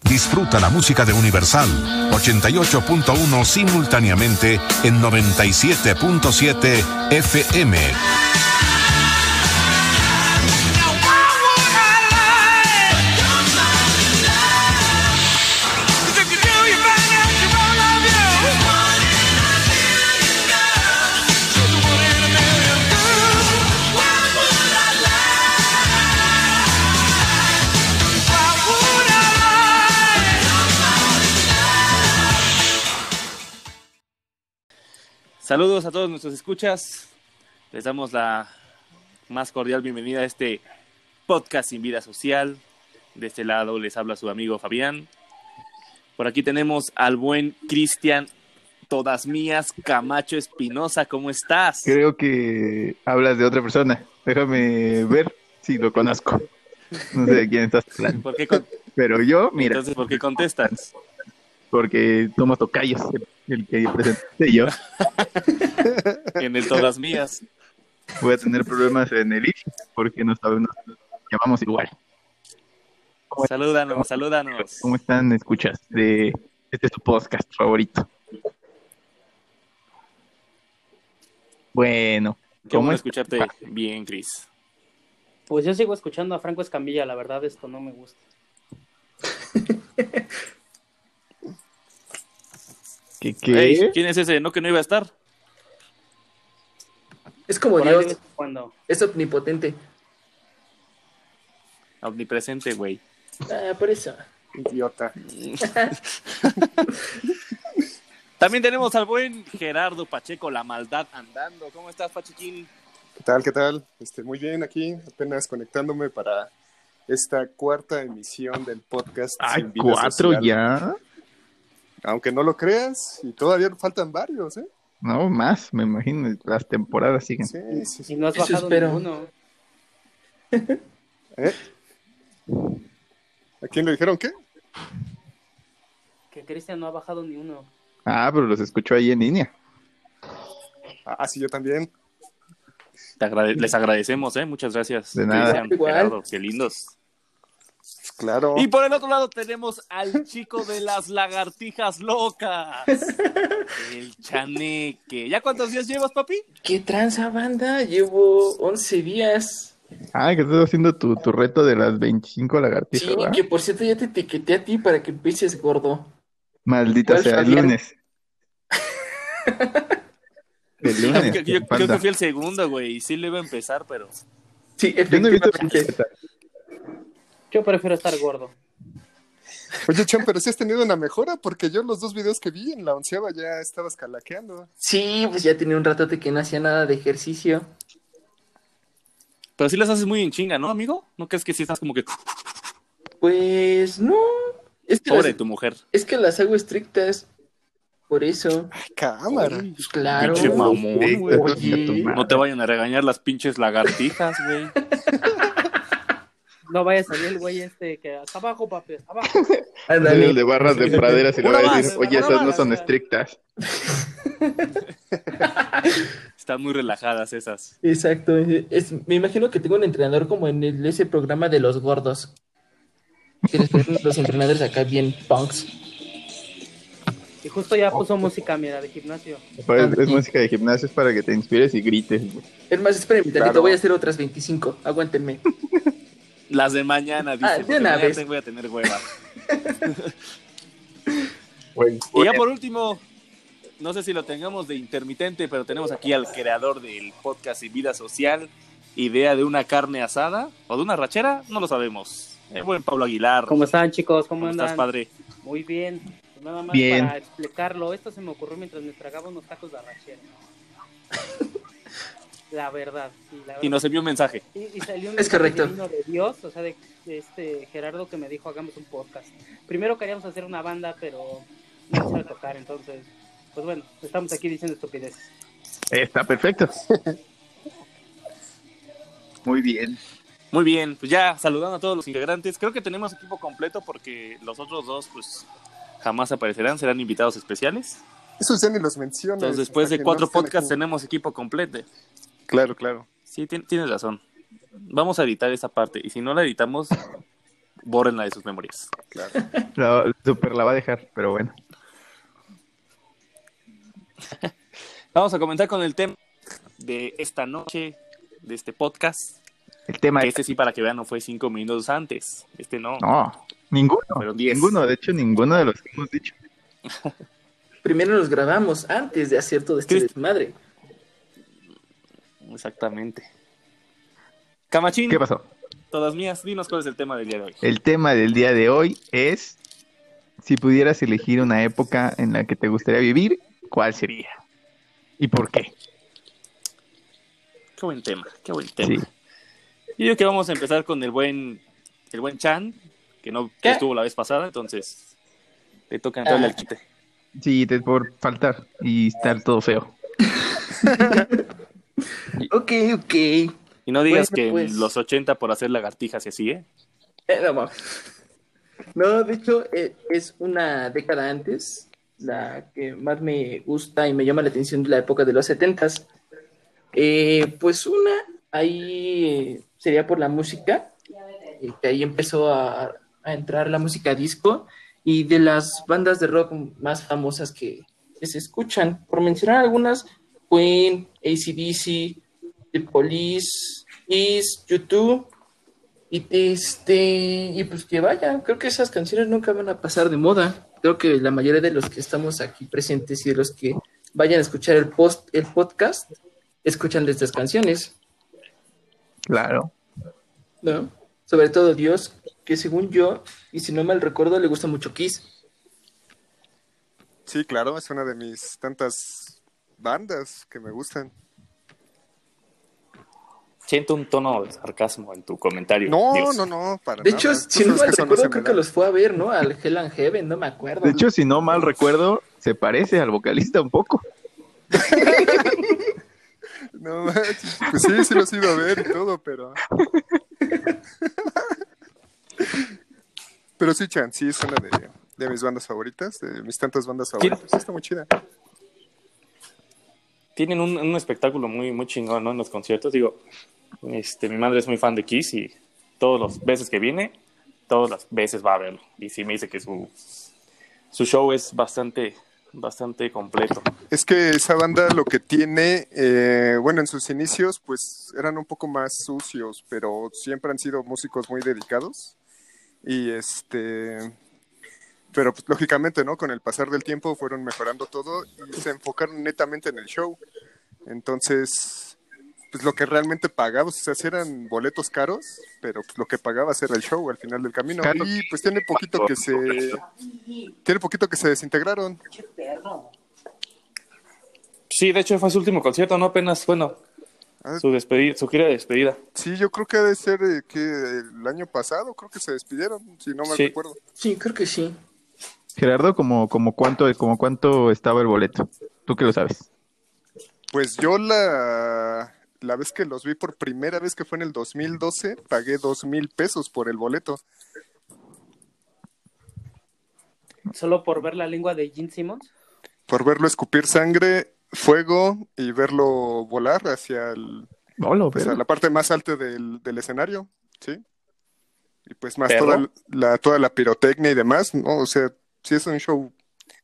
Disfruta la música de Universal 88.1 simultáneamente en 97.7 FM. Saludos a todos nuestros escuchas. Les damos la más cordial bienvenida a este podcast sin vida social. De este lado les habla su amigo Fabián. Por aquí tenemos al buen Cristian Todas Mías Camacho Espinosa. ¿Cómo estás? Creo que hablas de otra persona. Déjame ver si lo conozco. No sé de quién estás hablando. ¿Por qué con- Pero yo, mira, Entonces, ¿por qué contestas? porque somos tocayos, el- el que presenté yo. En el Todas Mías. Voy a tener problemas en el IF porque no sabemos, nos llamamos igual. Salúdanos, salúdanos. ¿Cómo están? Escuchas de este es tu podcast favorito. Bueno, Qué ¿cómo bueno es? escucharte bien, Cris. Pues yo sigo escuchando a Franco Escamilla, la verdad esto no me gusta. ¿Qué, qué? Ey, ¿Quién es ese? ¿No que no iba a estar? Es como Por ahí de Dios, vez en cuando. es omnipotente. Omnipresente, güey. Ah, por eso. Idiota. También tenemos al buen Gerardo Pacheco, la maldad andando. ¿Cómo estás, Pachequín? ¿Qué tal? ¿Qué tal? Este, muy bien aquí, apenas conectándome para esta cuarta emisión del podcast. Ay, Sin Vida cuatro Social. ya. Aunque no lo creas, y todavía faltan varios, ¿eh? No, más, me imagino. Las temporadas siguen. Sí, sí, sí. Y no has Eso bajado espero. ninguno. ¿Eh? ¿A quién le dijeron qué? Que Cristian no ha bajado ni uno. Ah, pero los escucho ahí en línea. Ah, sí, yo también. Te agrade- les agradecemos, ¿eh? Muchas gracias. De nada. Cristian, Igual. Gerardo, qué lindos. Pues, claro. Y por el otro lado tenemos al chico de las lagartijas locas. El chaneque. ¿Ya cuántos días llevas, papi? ¿Qué tranza banda? Llevo 11 días. Ah, que estás haciendo tu, tu reto de las 25 lagartijas, Sí, ¿verdad? que por cierto ya te etiqueté a ti para que empieces gordo. Maldita ¿Cuál, sea, el Fabián? lunes. el lunes. Yo, yo- yo creo panda. que fui el segundo, güey. Y sí le iba a empezar, pero. Sí, Yo no he visto tu efectivamente. etiqueta. Yo prefiero estar gordo. Oye, Chan, pero si has tenido una mejora, porque yo los dos videos que vi en la onceava ya estabas calaqueando. Sí, pues ya tenía un ratote que no hacía nada de ejercicio. Pero sí las haces muy en chinga, ¿no, amigo? ¿No crees que sí estás como que Pues no. Es que, pobre las, de tu mujer? es que las hago estrictas. Por eso. Ay, cámara. Pues claro. Pinche mamón, Sí, güey. creo que tu madre. No te vayan a regañar las pinches lagartijas, güey. No vaya a salir el güey este que hasta abajo, papi, hasta abajo. Ándale. de barras de praderas y le va Una a decir, más, oye, una esas no más. son estrictas. Están muy relajadas esas. Exacto. Es- me imagino que tengo un entrenador como en el- ese programa de los gordos. Que les ponen los entrenadores acá bien punks. Y justo ya puso música, mira, de gimnasio. Pues, es música de gimnasio, es para que te inspires y grites. Es más, espérenme tantito, Claro. voy a hacer otras 25. Aguántenme. Las de mañana, dice. Ah, de porque una mañana vez. te voy a tener hueva. Güey, Y ya pues por último, no sé si lo tengamos de intermitente, pero tenemos aquí al creador del podcast y vida social, idea de una carne asada o de una rachera, no lo sabemos. El buen Pablo Aguilar. ¿Cómo están, chicos? ¿Cómo, ¿Cómo andan? estás, padre? Muy bien. Pues Nada más Bien. para explicarlo, esto se me ocurrió mientras me tragaba unos tacos de arrachera. La verdad, sí, la verdad. Y nos envió un mensaje. Y, y salió un Es correcto. divino de Dios, o sea, de, de este Gerardo que me dijo hagamos un podcast. Primero queríamos hacer una banda, pero no quisiera tocar, entonces, pues bueno, estamos aquí diciendo estupideces. Está perfecto. Muy bien. Muy bien, pues ya saludando a todos los integrantes. Creo que tenemos equipo completo porque los otros dos, pues jamás aparecerán, serán invitados especiales. Esos ya ni los mencionas. Entonces, después hasta de que cuatro no estén podcasts, aquí. tenemos equipo completo. Claro, claro. Sí, tien- tienes razón. Vamos a editar esa parte. Y si no la editamos, Bórrenla de sus memorias. Claro. La- super la va a dejar, pero bueno. Vamos a comenzar con el tema de esta noche, de este podcast. El tema Que es... Este sí, para que vean, no fue cinco minutos antes. Este no. No, ninguno. Fueron diez. Ninguno, de hecho, ninguno de los que hemos dicho. Primero los grabamos antes de hacer todo este Crist- desmadre. Exactamente. Camachín, ¿Qué pasó? todas mías, dinos cuál es el tema del día de hoy. El tema del día de hoy es... Si pudieras elegir una época en la que te gustaría vivir, ¿cuál sería? ¿Y por qué? Qué buen tema, qué buen Sí. tema. Y yo que vamos a empezar con el buen, el buen Chan, que no que ¿Qué? estuvo la vez pasada, entonces le toca entrarle Ah. al quite. Sí, te por faltar y estar todo feo. Ok, ok. Eh, Y no digas Bueno, que pues. en los 80 por hacer lagartijas y así, ¿eh? no, mames. No, de hecho, eh, es una década antes la que más me gusta y me llama la atención de la época de los setentas. pues una, ahí eh, sería por la música, eh, que ahí empezó a, a entrar la música disco y de las bandas de rock más famosas que, que se escuchan. Por mencionar algunas, Queen, ACDC, The Police, Kiss, YouTube. Y este, y pues que vaya, creo que esas canciones nunca van a pasar de moda. Creo que la mayoría de los que estamos aquí presentes y de los que vayan a escuchar el post, el podcast, escuchan de estas canciones, Claro. ¿no? Sobre todo Dios, que según yo, y si no mal recuerdo, le gusta mucho Kiss. Sí, claro, es una de mis tantas bandas que me gustan. Siento un tono de sarcasmo en tu comentario. No, Dios. no, no, para De hecho, nada. Tú si Pues no mal sabes eso recuerdo, se creo me que da. los fue a ver, ¿no? Al Hell and Heaven, no me acuerdo. De hecho, si no mal recuerdo, se parece al vocalista un poco. No, manches, pues sí, sí los he ido a ver y todo, pero... pero sí, Chan, sí, es una de, de mis bandas favoritas, de mis tantas bandas ¿Quién? favoritas. Sí, Está muy chida. Tienen un, un espectáculo muy, muy chingón, ¿no? En los conciertos. Digo, este, mi madre es muy fan de Kiss y todas las veces que viene, todas las veces va a verlo. Y sí me dice que su, su show es bastante, bastante completo. Es que esa banda lo que tiene, eh, bueno, en sus inicios pues eran un poco más sucios, pero siempre han sido músicos muy dedicados. Y este, pero pues, lógicamente, ¿no? Con el pasar del tiempo fueron mejorando todo y se enfocaron netamente en el show. Entonces, pues lo que realmente pagabas, o sea, sí eran boletos caros, pero pues, lo que pagabas era el show al final del camino. Claro. Y pues tiene poquito que se, tiene poquito que se desintegraron. Sí, de hecho fue su último concierto, ¿no? Apenas, bueno, Ah. su despedida, su gira de despedida. Sí, yo creo que ha de ser eh, que el año pasado, creo que se despidieron, si no mal Sí. recuerdo. Sí, creo que sí. Gerardo, como, como cuánto, como cuánto estaba el boleto. Tú que lo sabes. Pues yo la, la vez que los vi por primera vez, que fue en el 2012, pagué dos mil pesos por el boleto. Solo por ver la lengua de Gene Simmons. Por verlo escupir sangre, fuego y verlo volar hacia, el- Hola, pues, a la parte más alta del, del escenario, ¿sí? Y pues más Perro. toda la, toda la pirotecnia y demás, ¿no? O sea, sí es un show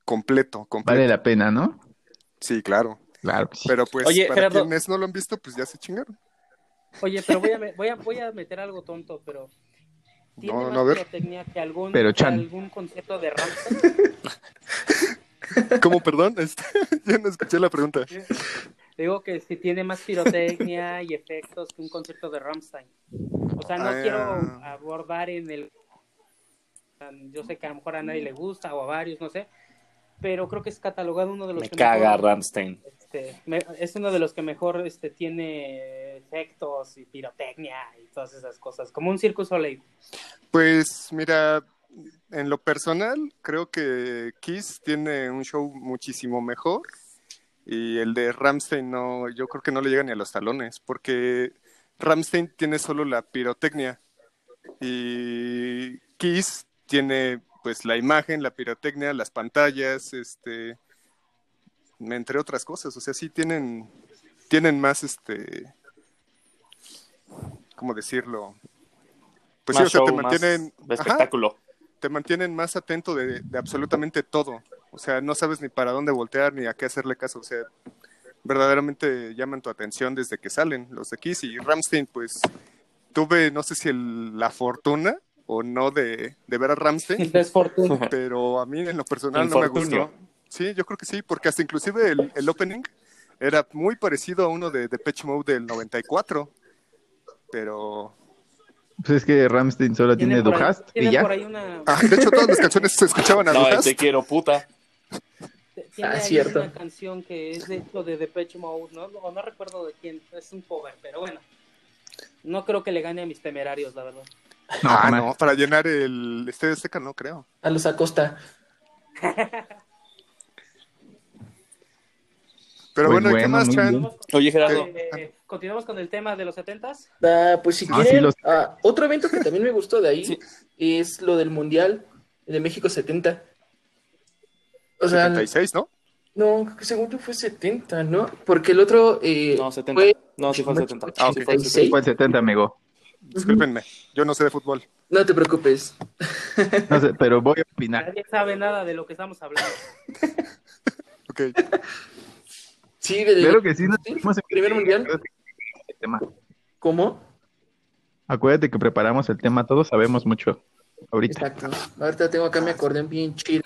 completo, completo. Vale la pena, ¿no? Sí, claro. Claro. que sí. Pero pues Oye, para Gerardo. quienes no lo han visto, pues ya se chingaron. Oye, pero voy a, me- voy a, voy a meter algo tonto, pero. ¿Tiene No, más no, a ver. pirotecnia que algún, Pero, que Chan. algún concierto de Ramstein? ¿Cómo, perdón? Este, yo no escuché la pregunta. Digo que si tiene más pirotecnia y efectos que un concierto de Ramstein. O sea, no Ah. quiero abordar en el. Yo sé que a lo mejor a nadie le gusta o a varios, no sé. Pero creo que es catalogado uno de los Me que caga mejor- Ramstein. este, me- es uno de los que mejor este, tiene efectos y pirotecnia y todas esas cosas, como un Circus Soleil. Pues mira, en lo personal, creo que Kiss tiene un show muchísimo mejor. Y el de Ramstein no, yo creo que no le llega ni a los talones, porque Ramstein tiene solo la pirotecnia. Y Kiss tiene pues la imagen, la pirotecnia, las pantallas, este entre otras cosas. O sea, sí tienen, tienen más este ¿cómo decirlo? Pues más sí, o sea, show, te más mantienen, de ajá, espectáculo. te mantienen más atento de, de absolutamente todo. O sea, no sabes ni para dónde voltear ni a qué hacerle caso. O sea, verdaderamente llaman tu atención desde que salen los de Kiss. Y Ramstein, pues tuve, no sé si el- la fortuna o no de, de ver a Ramstein, Desfortuna. pero a mí en lo personal El no me fortunio. gustó. Sí, yo creo que sí, porque hasta inclusive el, el opening era muy parecido a uno de Depeche Mode del 94. Pero Pues es que Ramstein solo tiene por ahí- Duhast y tienen ya. por ahí una, Ah, de hecho, todas las canciones se escuchaban a No, Duhast. te quiero, puta. tiene Ah, ahí cierto. una canción que es de hecho de Depeche Mode, ¿no? O no recuerdo de quién, es un cover, pero bueno. No creo que le gane a mis temerarios, la verdad. No, ah, jamás. no, para llenar el Estadio Azteca, no creo. A los Acosta. Pero Muy bueno, ¿y Pues bueno, qué más, muy Chan? bien. Oye, Gerardo, Eh, Continuamos con el tema de los 70s. Ah, pues si Ah, sí, quieren, los- ah, otro evento que también me gustó de ahí Sí. es lo del Mundial de México 70. O sea, 76, ¿no? no, según yo fue 70, ¿no? Porque el otro eh, no, 70. fue... No, sí fue el 70. Ah, ok. Sí fue el 70. Fue el 70, pues, amigo. Discúlpenme, yo no sé de fútbol. No te preocupes. No sé, pero voy a opinar. Nadie sabe nada de lo que estamos hablando. Ok, Sí, de- Claro que sí, nos Sí, fuimos en- primer mundial. Acuérdate que- tema. ¿Cómo? Acuérdate que preparamos el tema, todos sabemos mucho ahorita. Exacto. Ahorita tengo acá mi acordeón bien chido.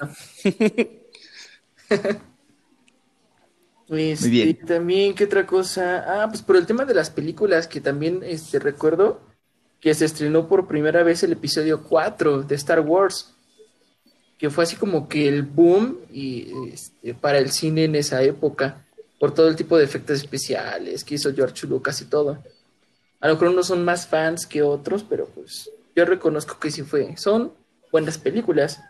Este, bien. También, ¿qué otra cosa? Ah, pues por el tema de las películas, que también este, recuerdo que se estrenó por primera vez el episodio 4 de Star Wars, que fue así como que el boom y, este, para el cine en esa época, por todo el tipo de efectos especiales que hizo George Lucas y todo. A lo mejor unos son más fans que otros, pero pues yo reconozco que sí fue. Son buenas películas.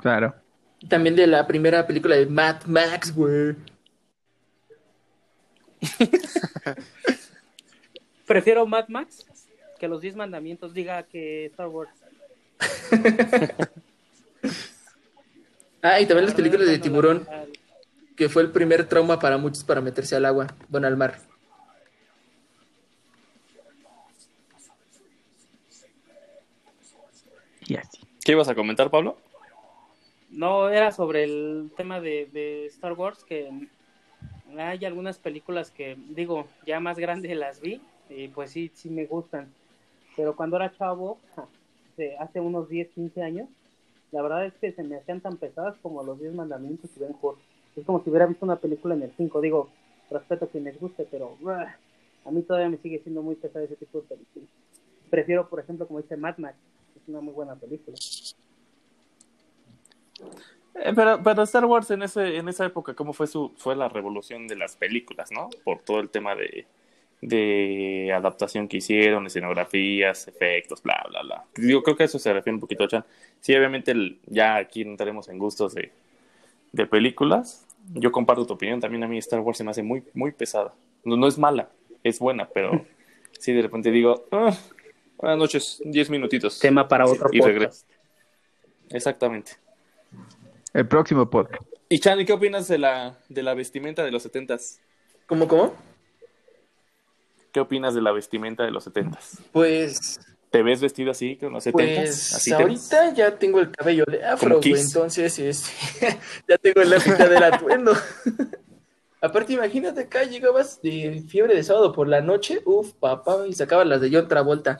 Claro. También de la primera película de Mad Max, güey. Prefiero Mad Max que los 10 mandamientos diga que Star Wars. Ah, y también las películas Cuando de la- tiburón, que fue el primer trauma para muchos para meterse al agua, bueno, al mar. Y así. ¿Qué ibas a comentar, Pablo? No, era sobre el tema de, de Star Wars, que hay algunas películas que, digo, ya más grande las vi, y pues sí, sí me gustan. Pero cuando era chavo, ja, de hace unos 10, 15 años, la verdad es que se me hacían tan pesadas como los 10 mandamientos que ven por. Es como si hubiera visto una película en el 5, digo, respeto a quien les guste, pero bah, a mí todavía me sigue siendo muy pesada ese tipo de películas. Prefiero, por ejemplo, como dice Mad Max, es una muy buena película. Eh, pero, pero Star Wars en ese en esa época, ¿cómo fue su fue la revolución de las películas, no? Por todo el tema de, de adaptación que hicieron, escenografías, efectos, bla, bla, bla. Yo creo que a eso se refiere un poquito, Chan. Sí, obviamente el- ya aquí no entraremos en gustos de, de películas. Yo comparto tu opinión, también a mí Star Wars se me hace muy, muy pesada. No, no es mala, es buena, pero sí de repente digo, "Ah, buenas noches, 10 minutitos. Tema para otro Y regreso. podcast. Exactamente. El próximo podcast. Y Chan, ¿y qué opinas de la, de la vestimenta de los setentas? ¿Cómo, cómo? ¿Qué opinas de la vestimenta de los setentas? Pues, ¿Te ves vestido así con los setentas? pues ¿Así te ves? ahorita ya tengo el cabello de afro, Como Kiss. güey, entonces este, ya tengo la mitad del atuendo. Aparte, imagínate acá, llegabas de fiebre de sábado por la noche, uff, papá, y sacabas las de John Travolta.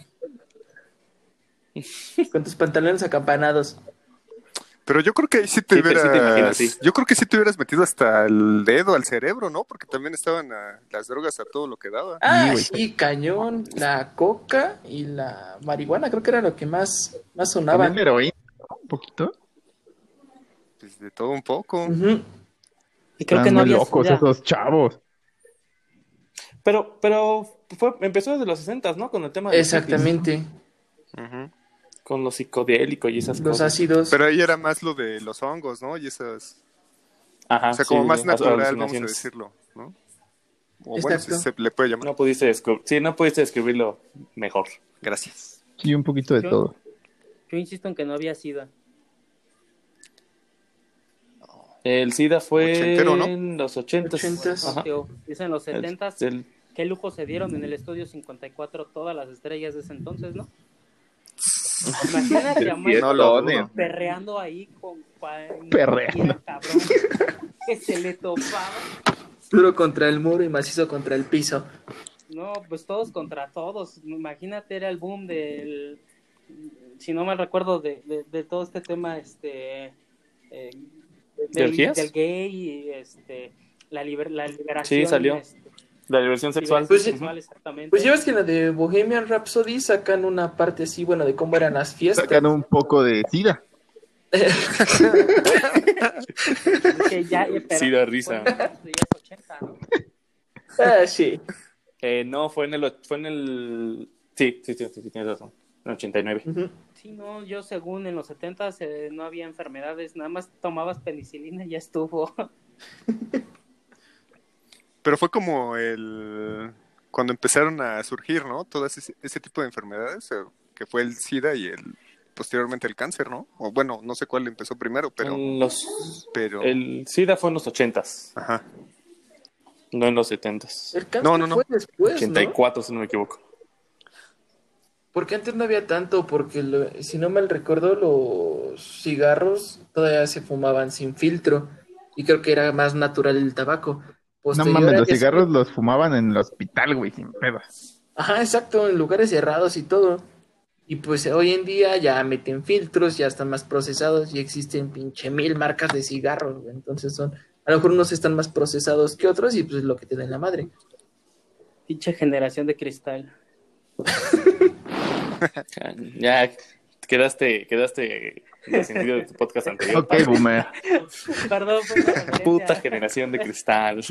Con tus pantalones acampanados. pero yo creo que ahí sí te Sí, pero sí hubieras. te imaginas, sí. Yo creo que sí te hubieras metido hasta el dedo, al cerebro, ¿no? Porque también estaban ah, las drogas a todo lo que daba. Ah, güey. sí, cañón, la coca y la marihuana, creo que era lo que más, más sonaba. También la heroína, ¿no? un poquito. Pues de todo un poco. Ujú. Y creo que Están muy no había locos ya. esos chavos. Pero, pero fue, empezó desde los sesentas, ¿no? Con el tema de los Exactamente, Ujú. hippies, con lo psicodélico y esas los cosas. ácidos. Pero ahí era más lo de los hongos, ¿no? Y esas. Ajá, o sea, sí, como Ah, sí, más sí, las natural, vamos a alucinaciones. decirlo, ¿no? O bueno, si Exacto. se le puede llamar. No pudiste descubrir, sí, no pudiste describirlo mejor. Gracias. Y un poquito de Yo- todo. Yo insisto en que no había sida. El SIDA fue Ochentero, ¿no? en los ochentas. Ochentas. Ajá. Digo, dicen los El- setentas el- qué lujo se dieron en el estudio 54 todas las estrellas de ese entonces, ¿no? Imagínate a Michael No lo dudo. perreando ahí con cualquier Perreando. cabrón que se le topaba. Duro contra el muro y macizo contra el piso. No, pues todos contra todos. Imagínate, era el boom del, si no mal recuerdo, de, de- de todo este tema, este, eh, del, orgías? del gay y este, la, liber- la liberación. Sí, salió. este, La diversión sexual. Pues, sí. sexual, exactamente. Pues ya ves que en la de Bohemian Rhapsody sacan una parte así, bueno, de cómo eran las fiestas. Sacan un poco de sida. Es que ya, eh, pero- Sí, da risa. fue en los días 80, ¿no? Ah, sí. Eh, no, fue en el. och- Fue en el... Sí, sí, sí, sí, sí, tienes razón. En 89. Ujú. Sí, no, yo según en los 70 eh, no había enfermedades, nada más tomabas penicilina y ya estuvo. Pero fue como el. Cuando empezaron a surgir, ¿no? Todas ese, ese tipo de enfermedades, eh, que fue el SIDA y el posteriormente el cáncer, ¿no? O bueno, no sé cuál empezó primero, pero. En los, pero... Mm, el SIDA fue en los 80s, Ajá. no en los 70s. El cáncer No, no, no. fue después, ¿no? 84, si no me equivoco. Porque antes no había tanto, porque lo- si no mal recuerdo, los cigarros todavía se fumaban sin filtro. Y creo que era más natural el tabaco. No Posterior mames, a los que- cigarros los fumaban en el hospital, güey, sin pedos. Ajá, exacto, en lugares cerrados y todo. Y pues hoy en día ya meten filtros, ya están más procesados y existen pinche mil marcas de cigarros, güey. Entonces son, a lo mejor unos están más procesados que otros y pues lo que te da en la madre. Dicha generación de cristal. Ya quedaste, quedaste descendido de tu podcast anterior. Ok, boomer. Perdón, fue una referencia. Puta generación de cristal.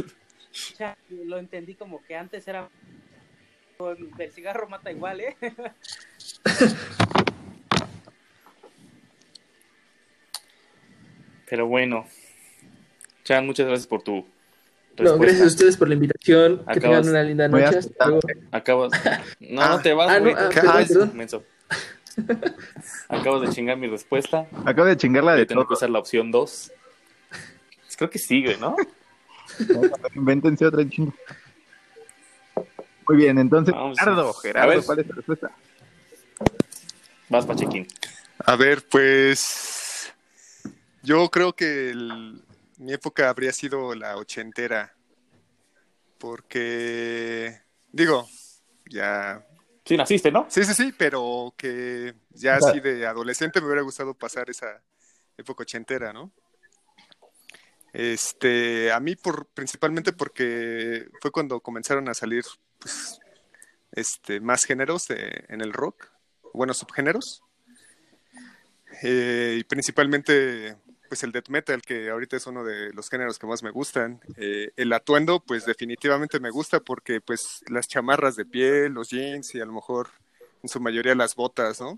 Ya, Lo entendí como que antes era. El cigarro mata igual, ¿eh? Pero bueno, Chan, muchas gracias por tu No, gracias a respuesta. ustedes por la invitación. Que Acabas- tengan una linda Voy a noche. Hasta luego. Acabas. No, Ah, no te vas, ah, no, güey. ah, Te- perdón, Ay, perdón. menso. Acabas de chingar mi respuesta. Ah, Acabo de chingarla Yo de tengo todo. que usar la opción 2. Creo que sigue, ¿no? Invéntense otra chinga. Muy bien, entonces, Vamos. Gerardo, A Gerardo, ver. ¿cuál es tu respuesta? Vas, Pachequín. A ver, pues. Yo creo que el- mi época habría sido la ochentera. Porque. Digo, ya. Sí, naciste, ¿no? Sí, sí, sí, pero que ya O sea- así de adolescente me hubiera gustado pasar esa época ochentera, ¿no? Este, a mí por, principalmente porque fue cuando comenzaron a salir pues, este, más géneros de- en el rock, bueno, subgéneros. Eh, y principalmente pues el death metal, que ahorita es uno de los géneros que más me gustan. Eh, el atuendo, pues definitivamente me gusta porque pues las chamarras de piel, los jeans y a lo mejor en su mayoría las botas, ¿no?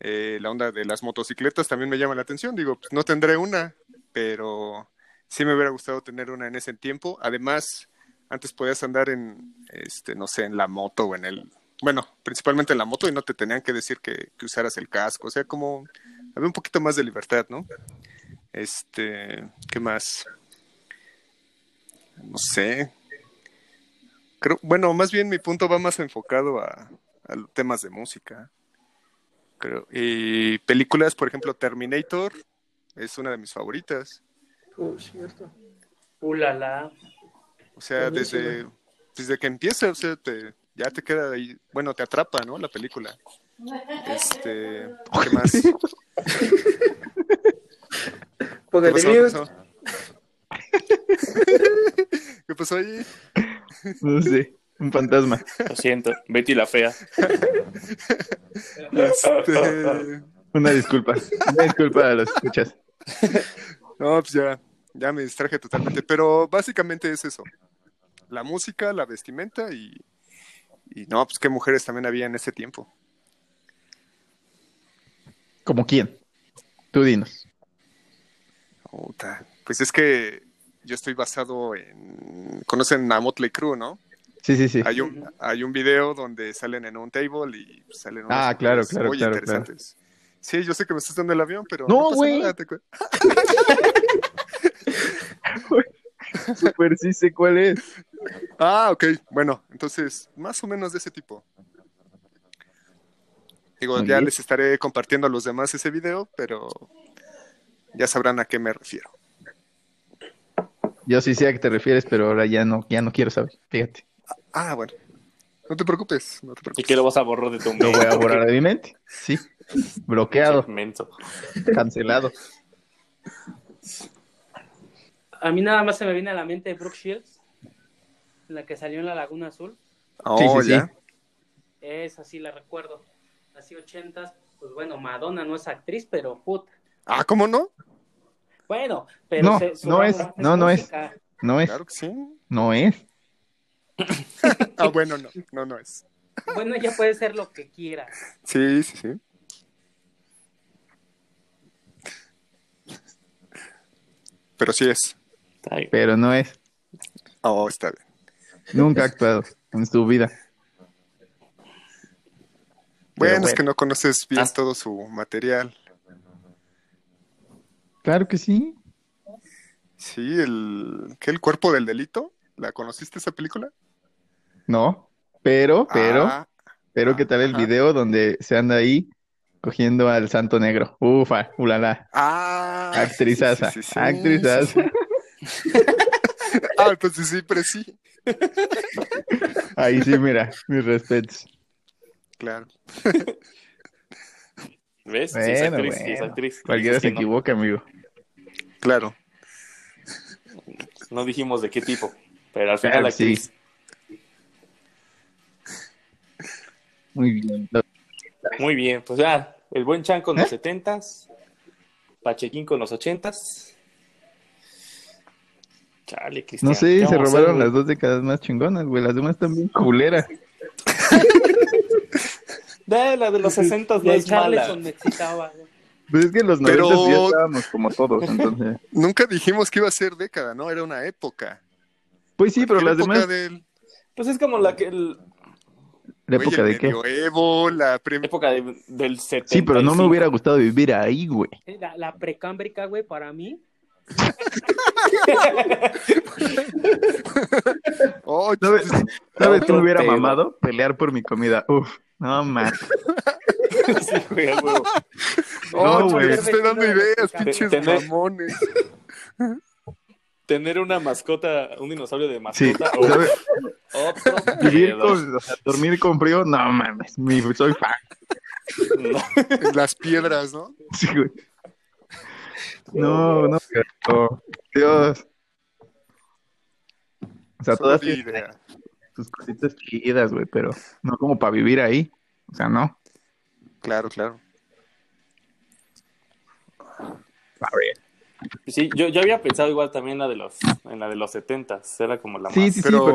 Eh, la onda de las motocicletas también me llama la atención. Digo, pues no tendré una, pero sí me hubiera gustado tener una en ese tiempo. Además, antes podías andar en, este, no sé, en la moto o en el... Bueno, principalmente en la moto y no te tenían que decir que, que usaras el casco. O sea, como había un poquito más de libertad, ¿no? Este, ¿qué más? No sé. Creo, bueno, más bien mi punto va más enfocado a, a los temas de música. Creo. Y películas, por ejemplo, Terminator es una de mis favoritas. Oh, cierto. Ulala. O sea, Buenísima. desde, desde que empieza, o sea, te- ya te queda ahí. Bueno, te atrapa, ¿no? La película. Este, ¿qué más? ¿Qué Póngale pasó? ¿Qué mute. pasó? ¿Qué pasó ahí? No sé, un fantasma. Lo siento. Betty la fea. Este, Una disculpa. Una disculpa a los escuchas. No, pues ya, ya me distraje totalmente, pero básicamente es eso. La música, la vestimenta y, y no, pues qué mujeres también había en ese tiempo. ¿Como quién? Tú dinos. Puta, Pues es que yo estoy basado en... Conocen a Motley Crue, ¿no? Sí, sí, sí. Hay un, hay un video donde salen en un table y pues, salen unas Ah, claro, mujeres claro, muy claro, claro. interesantes. Sí, yo sé que me estás dando el avión, pero No, pasa güey. nada, te cu- Super sí sé cuál es. Ah, ok. Bueno, entonces, más o menos de ese tipo. Digo, Muy ya bien. les estaré compartiendo a los demás ese video, pero ya sabrán a qué me refiero. Yo sí sé a qué te refieres, pero ahora ya no, ya no quiero saber. Fíjate. Ah, bueno. No te preocupes, no te Y preocupes. que lo vas a borrar de tu Lo voy mente. a borrar de mi mente. Sí. Bloqueado, Menso. cancelado. A mí nada más se me viene a la mente Brooke Shields, la que salió en la Laguna Azul. Oh, Sí, sí, ya. sí. Esa sí la recuerdo. Así ochentas, pues bueno, Madonna no es actriz, pero puta. Ah, ¿cómo no? Bueno, pero No, se- su no ramo es, más no, no es. música. No es, Claro que sí. no es. Ah, bueno, no, no, no es. Bueno, ella puede ser lo que quiera. Sí, sí, sí. Pero sí es. Está bien. Pero no es. Oh, está bien. Nunca ha actuado en su vida. Bueno, es bueno. que no conoces bien Ah. todo su material. Claro que sí. Sí, el... ¿Qué? ¿El cuerpo del delito? ¿La conociste esa película? No. Pero, pero, Ah, pero qué tal el ajá. video donde se anda ahí cogiendo al santo negro. Ufa, ulala. ah, Actrizaza. sí, sí, sí, sí, Actrizaza. sí, sí. Ah, entonces sí, pero sí. Ahí sí, mira, mis respetos. Claro. ¿Ves? Sí, es Bueno, actriz, sí, es bueno. actriz. Cualquiera Dices se que no. equivoca, amigo. Claro. No dijimos de qué tipo, pero al final Claro, actriz. sí. Muy bien. Lo- Muy bien, pues ya, el buen Chan con ¿Eh? los setentas, Pachequín con los ochentas. Chale, Cristian. ¿qué No sé, se vamos a robaron hacer, las dos décadas más chingonas, güey. Las demás también culeras. güey? De la de los sesentas no Y el es mala. Charleston me excitaba. güey. Pues es que en los Pero- 90 ya estábamos como todos, entonces. Nunca dijimos que iba a ser década, ¿no? Era una época. Pues sí, pero Era las época demás. del Pues es como la que el- ¿La güey, época el de qué? medioevo, la primera. época de- del 70. Sí, pero no me hubiera gustado vivir ahí, güey. Eh, La, la precámbrica, güey, para mí. Oh, ¿Sabes, Jesus. ¿sabes qué Otro me hubiera pedo. mamado? Pelear por mi comida. Uf, no man. Oh, No, yo güey. les estoy dando ideas, Te- pinches tener- mamones. Tener una mascota, un dinosaurio de Sí, mascota. o ¿sabes? otro Vivir pedo. con, o sea, dormir con frío, no mames, mi, soy fan. No, Las piedras, ¿no? Sí, güey. No, no, pero- Dios. O sea, Solo todas di tienen idea. sus cositas chidas, güey, pero no como para vivir ahí. O sea, no. Claro, claro. A ver. Sí, yo, yo había pensado igual también en la de los, en la de los setentas. Era como la Sí, más. sí, sí, pero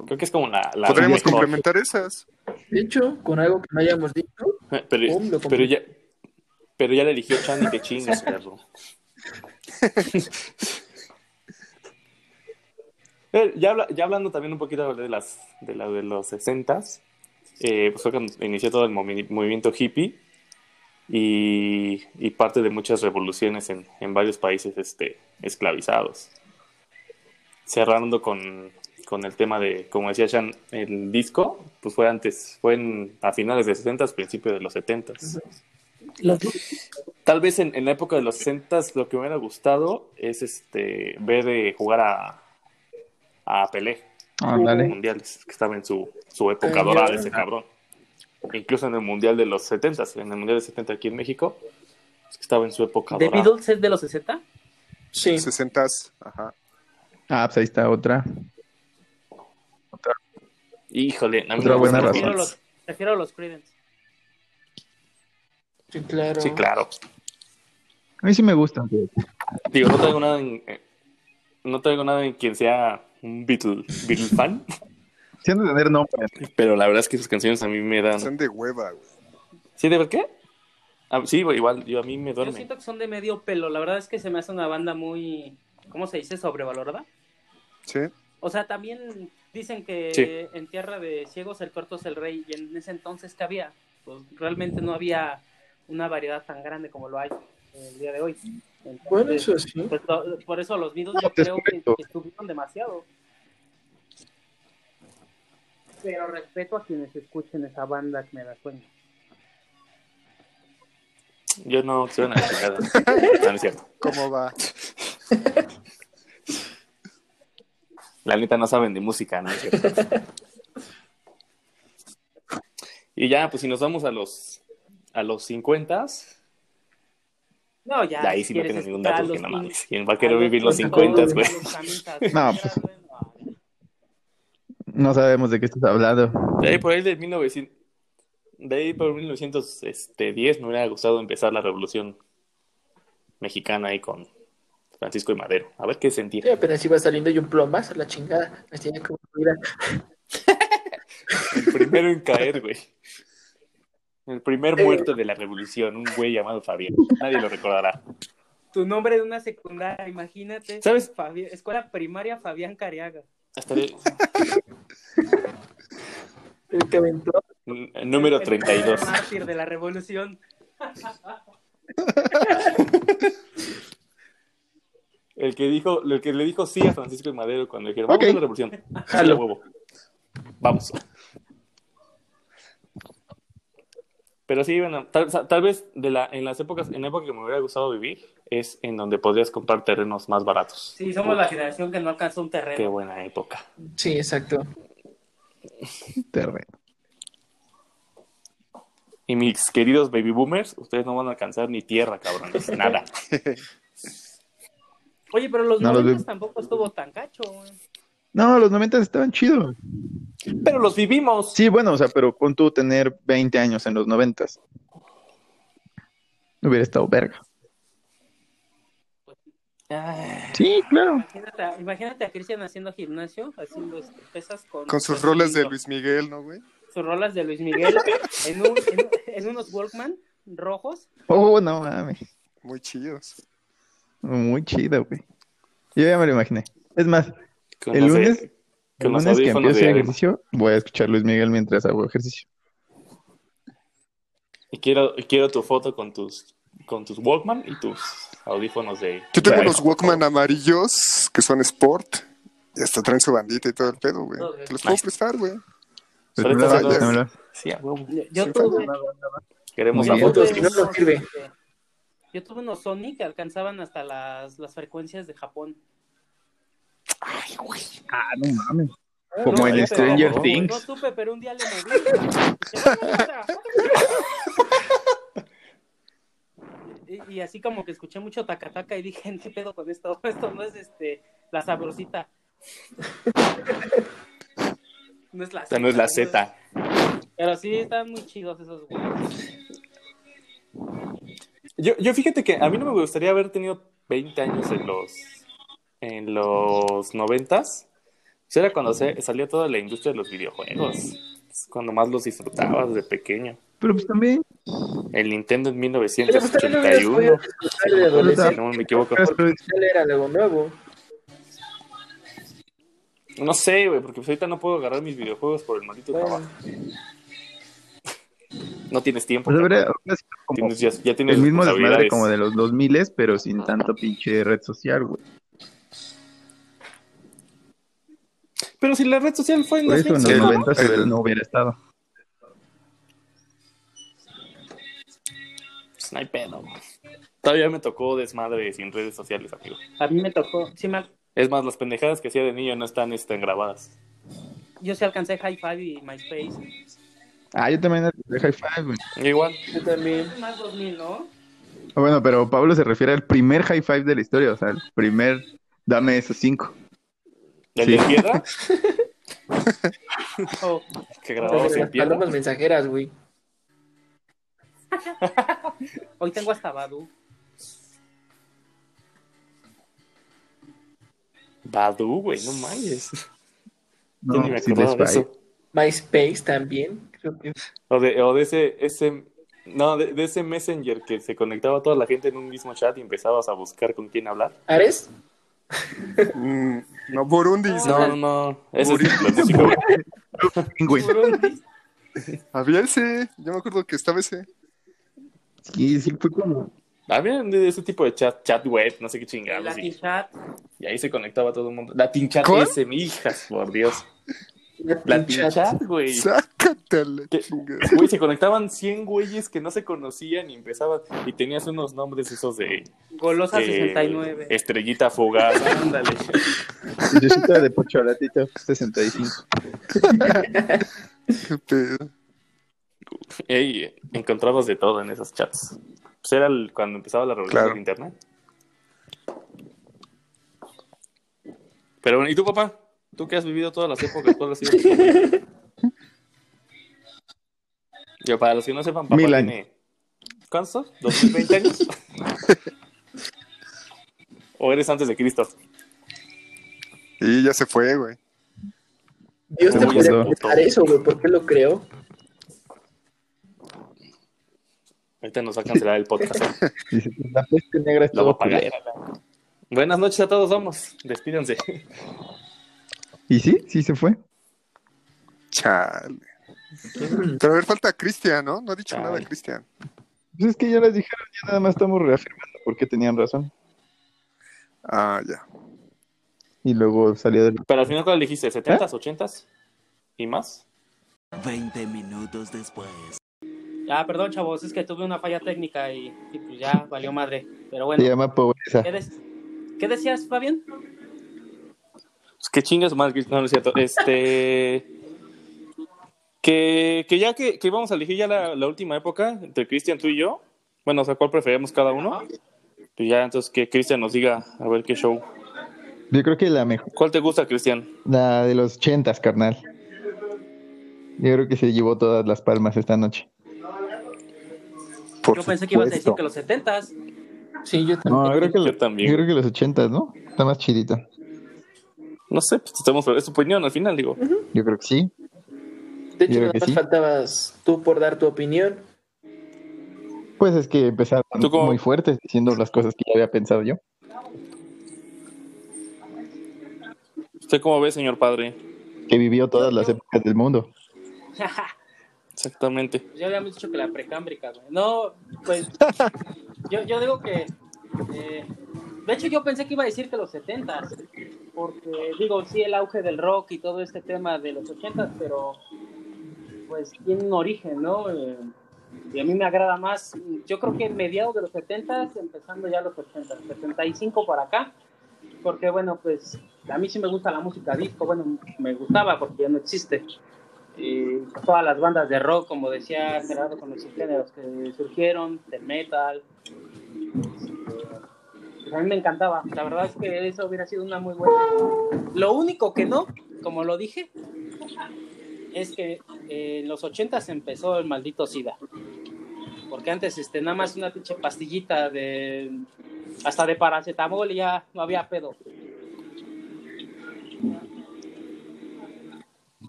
Pero Creo que es como la. la podríamos mejor. complementar esas. De hecho, con algo que no hayamos dicho, Eh, Pero, Pum, lo compré. pero ya pero ya le eligió Chan y que chingas, perro. Eh, ya, habla- ya hablando también un poquito de las de, la, de los 60 eh, pues fue cuando inició todo el movi- movimiento hippie y, y parte de muchas revoluciones en, en varios países este, esclavizados. Cerrando con, con el tema de, como decía Chan, el disco, pues fue antes, fue en- a finales de 60, principios de los 70. Los- Tal vez en, en la época de los 60 lo que me hubiera gustado es este ver eh, jugar a, a Pelé en ándale. mundiales, que estaba en su, su época Eh, dorada ya. ese cabrón. Incluso en el mundial de los 70, en el mundial de 70 aquí en México, es que estaba en su época ¿The dorada. Beatles es de los 60? sí. 60 Ajá. Ah, pues ahí está otra. Híjole, a mí Otra me buena gustan Prefiero razón. los- los, prefiero los Creedence. Sí, claro. Sí, claro. A mí sí me gustan. güey. Digo, no traigo nada en, eh, no traigo nada en quien sea un Beatle, Beatle fan, Sí han de tener nombre. pero la verdad es que sus canciones a mí me dan... Son de hueva, güey. ¿Sí, de ver qué? Ah, sí, igual, yo a mí me Yo duerme. siento que son de medio pelo. La verdad es que se me hace una banda muy, ¿cómo se dice? Sobrevalorada. Sí. O sea, también dicen que Sí. en Tierra de Ciegos el corto es el rey y en ese entonces que había, pues realmente no había una variedad tan grande como lo hay el día de hoy. Entonces, Bueno, eso sí. pues, lo- por eso los Beatles No, yo te creo que, explico. que estuvieron demasiado. pero respeto a quienes escuchen esa banda que me da sueño. Yo no quiero nada. No, no es cierto. ¿Cómo va? La neta no saben de música, ¿no? Es cierto. y ya, pues si nos vamos a los a los 50 No, ya. ahí sí si no quieres tengo ningún escuchar dato, a porque no los mames. quin- ¿Quién va a a querer los vivir los 50, 50, güey? a los 50, No, ya, pues. güey, no. No sabemos de qué estás hablando. De ahí por ahí de 1900. De ahí por 1910 me hubiera gustado empezar la revolución mexicana ahí con Francisco y Madero. A ver qué sentía. Yo apenas iba saliendo y un plomazo a la chingada. Me tenía como mira, El primero en caer, güey. El primer muerto de la revolución, un güey llamado Fabián. Nadie lo recordará. Tu nombre de una secundaria, imagínate. ¿Sabes? Fabi- Escuela Primaria Fabián Cariaga. Hasta el el que aventó. el número El- el 32. Mártir de la revolución. El que dijo, el que le dijo sí a Francisco y Madero cuando le dijeron, vamos Ok. a la revolución. Sí, Jalo. a huevo. Vamos. Pero sí, bueno, tal, tal vez de la, en las épocas, en la época que me hubiera gustado vivir, es en donde podrías comprar terrenos más baratos. Sí, somos la generación que no alcanzó un terreno. Qué buena época. Sí, exacto. Terreno. Y mis queridos baby boomers, ustedes no van a alcanzar ni tierra, cabrones. Nada. Oye, pero los No, los noventas vi- tampoco estuvo tan cacho. güey. No, los 90 estaban chidos. Pero los vivimos. Sí, bueno, o sea, pero pon tú tener 20 años en los 90. Hubiera estado verga. Ah, Sí, claro. Imagínate, a- imagínate a Cristian haciendo gimnasio, haciendo este, pesas con... Con sus roles de Luis Miguel, ¿no, güey? Sus rolas de Luis Miguel en, un- en un- en unos Walkman rojos. Oh, no mames. Muy chidos. Muy chido, güey. Yo ya me lo imaginé. Es más, con El los- lunes- el con los lunes que audífonos empiezo a de hacer Adema. ejercicio, voy a escuchar Luis Miguel mientras hago ejercicio. Y quiero, quiero tu foto con tus, con tus Walkman y tus audífonos de. Yo tengo Claro. los Walkman amarillos que son Sport. Y hasta traen su bandita y todo el pedo, güey. Te los puedo Nice. prestar, güey. Solo Pero estás no, haciendo- no me lo- Sí, a huevo. Yo, yo Sí, tuve... Queremos Muy la bien. foto. Fotos que no nos unos, sirve. este, Yo tuve unos Sony que alcanzaban hasta las, las frecuencias de Japón. Ah, no mames. Como no, en pero- Stranger no, No Things. supe, pero un día le moví. Dije, "Bueno, puta, órale". Y- Y así como que escuché mucho tacataca y dije, ¿qué pedo con esto? Esto no es este la sabrosita. No es la Esta no es la Z. Z. Pero sí están muy chidos esos güeyes. Yo, yo fíjate que a mí no me gustaría haber tenido 20 años en los en los 90s. Eso era cuando se, salió toda la industria de los videojuegos. Es Cuando más los disfrutabas de pequeño. Pero pues también El Nintendo en Pero pues también lo 1981. hubieras podido disfrutar de Si adolescente. no me equivoco. pues, Ya era algo nuevo. No sé, güey, porque pues ahorita no puedo agarrar mis videojuegos por el maldito trabajo. No tienes tiempo. pues, cabrón. habría- habría sido como Tienes- ya, ya tienes el mismo desmadre responsabilidades. como de los 2000 pero sin tanto pinche red social, güey. Pero si la red social fue en Por eso en 2005, los Sí, ¿no? 90 el- hubiera- no hubiera estado. Pues no hay pedo. güey. Todavía me tocó desmadre sin redes sociales, amigo. A mí me tocó, sí me, Es más, las pendejadas que hacía de niño no están este, grabadas. yo sí alcancé Hi-Fi y MySpace. Ah, yo también de High Five, güey. Igual. Yo también. Más 2000, ¿no? Ah, Bueno, pero Pablo se refiere al primer High Five de la historia, o sea, el primer dame esos cinco. ¿El Sí. de piedra? O- Que grababas Desde en las piedra. palomas mensajeras, güey. hoy tengo hasta Badu. Badu, güey, no manches. Yo No, ni me sí, acordaba de Five. eso. MySpace también. Creo que O de, o de ese, ese... No, de, de ese messenger que se conectaba toda la gente en un mismo chat y empezabas a buscar con quién hablar. ¿Ares? Mm, no, Burundis, No, güey. no, no. Ese es el músico, güey. Güey. Había ese. Yo me acuerdo que estaba ese. Sí, sí, fue como. Había de ese tipo de chat, chat web, no sé qué El chingados. Latin Y, Chat. y ahí se conectaba todo el mundo. Latin chat ¿Cuál? ese, mi hijas, por Dios. Latin Chat, güey. Sácate a la ¿Qué? chingada. Güey, se conectaban 100 güeyes que no se conocían y empezaban. Y tenías unos nombres esos de. Golosa eh, 69. Estrellita fugaz. Ándale. Diosito de Pocholatito 65. Qué pedo. Ey, eh, encontrabas de todo en esos chats. Pues era el- cuando empezaba la revolución Claro. del internet. Pero bueno, ¿y tú, papá? ¿Tú que has vivido todas las épocas? ¿Cuál ha sido tu favorita? Yo, para los que no sepan, papá Mil años. tiene... ¿Cuántos? son? ¿2020 años? ¿O eres antes de Cristo? Y ya se fue, güey. Dios te Uy, podría no. preguntar eso, güey. ¿Por qué lo creo? Ahorita nos va a cancelar el podcast. Dice, pues, la peste negra es Lo va a todo pagar. culera. Buenas noches a todos, vamos. Despídanse. ¿Y sí? ¿Sí se fue? Chale. Pero a ver, falta Cristian, ¿no? No ha dicho Chale. nada Cristian. Pues es que ya las dijeron, ya nada más estamos reafirmando porque tenían razón. Ah, ya. Y luego salió del... Pero al final, ¿cuál dijiste? ¿70s, 80s? ¿Y más? 20 minutos después. Ah, perdón, chavos, es que tuve una falla técnica y, y pues ya valió madre. Pero Se bueno, llama pobreza. ¿qué, des- qué decías, Fabián? Pues que chingas más, Cristo, no, no es cierto. Este. Que, que ya que, que íbamos a elegir ya la, la última época entre Cristian, tú y yo. Bueno, o sea, ¿cuál preferimos cada uno? Y ya, entonces que Cristian nos diga, a ver qué show. Yo creo que la mejor, ¿Cuál te gusta, Cristian? la de los ochentas, carnal. Yo creo que se llevó todas las palmas esta noche. Por Yo pensé que ibas a decir supuesto. que los setentas. Sí, yo también. No, yo creo que, Yo los- también. yo creo que los ochentas, ¿no? Está más chidito. No sé, pues estamos. Es tu opinión al final, digo. Yo creo que sí. de hecho, yo creo nada que más sí. faltabas tú por dar tu opinión. Pues es que empezaron ¿Tú cómo? muy fuertes diciendo las cosas que ya había pensado yo. ¿Usted cómo ve, señor padre? Que vivió todas las épocas del mundo. Exactamente. Pues ya habíamos dicho que la precámbrica, güey. No, pues yo, yo digo que... eh, de hecho, yo pensé que iba a decir que los setentas. Porque digo, sí, el auge del rock y todo este tema de los ochentas, pero pues tiene un origen, ¿no? Eh, y a mí me agrada más, yo creo que mediados de los 70, empezando ya los 80, 75 para acá, porque bueno, pues a mí sí me gusta la música disco, bueno, me gustaba porque ya no existe. Y todas las bandas de rock, como decía Gerardo, con los subgéneros que surgieron, del metal. pues, a mí me encantaba, la verdad es que eso hubiera sido una muy buena. Lo único que no, como lo dije, es que eh, en los 80 se empezó el maldito SIDA. Porque antes este, nada más una pinche pastillita de hasta de paracetamol y ya no había pedo.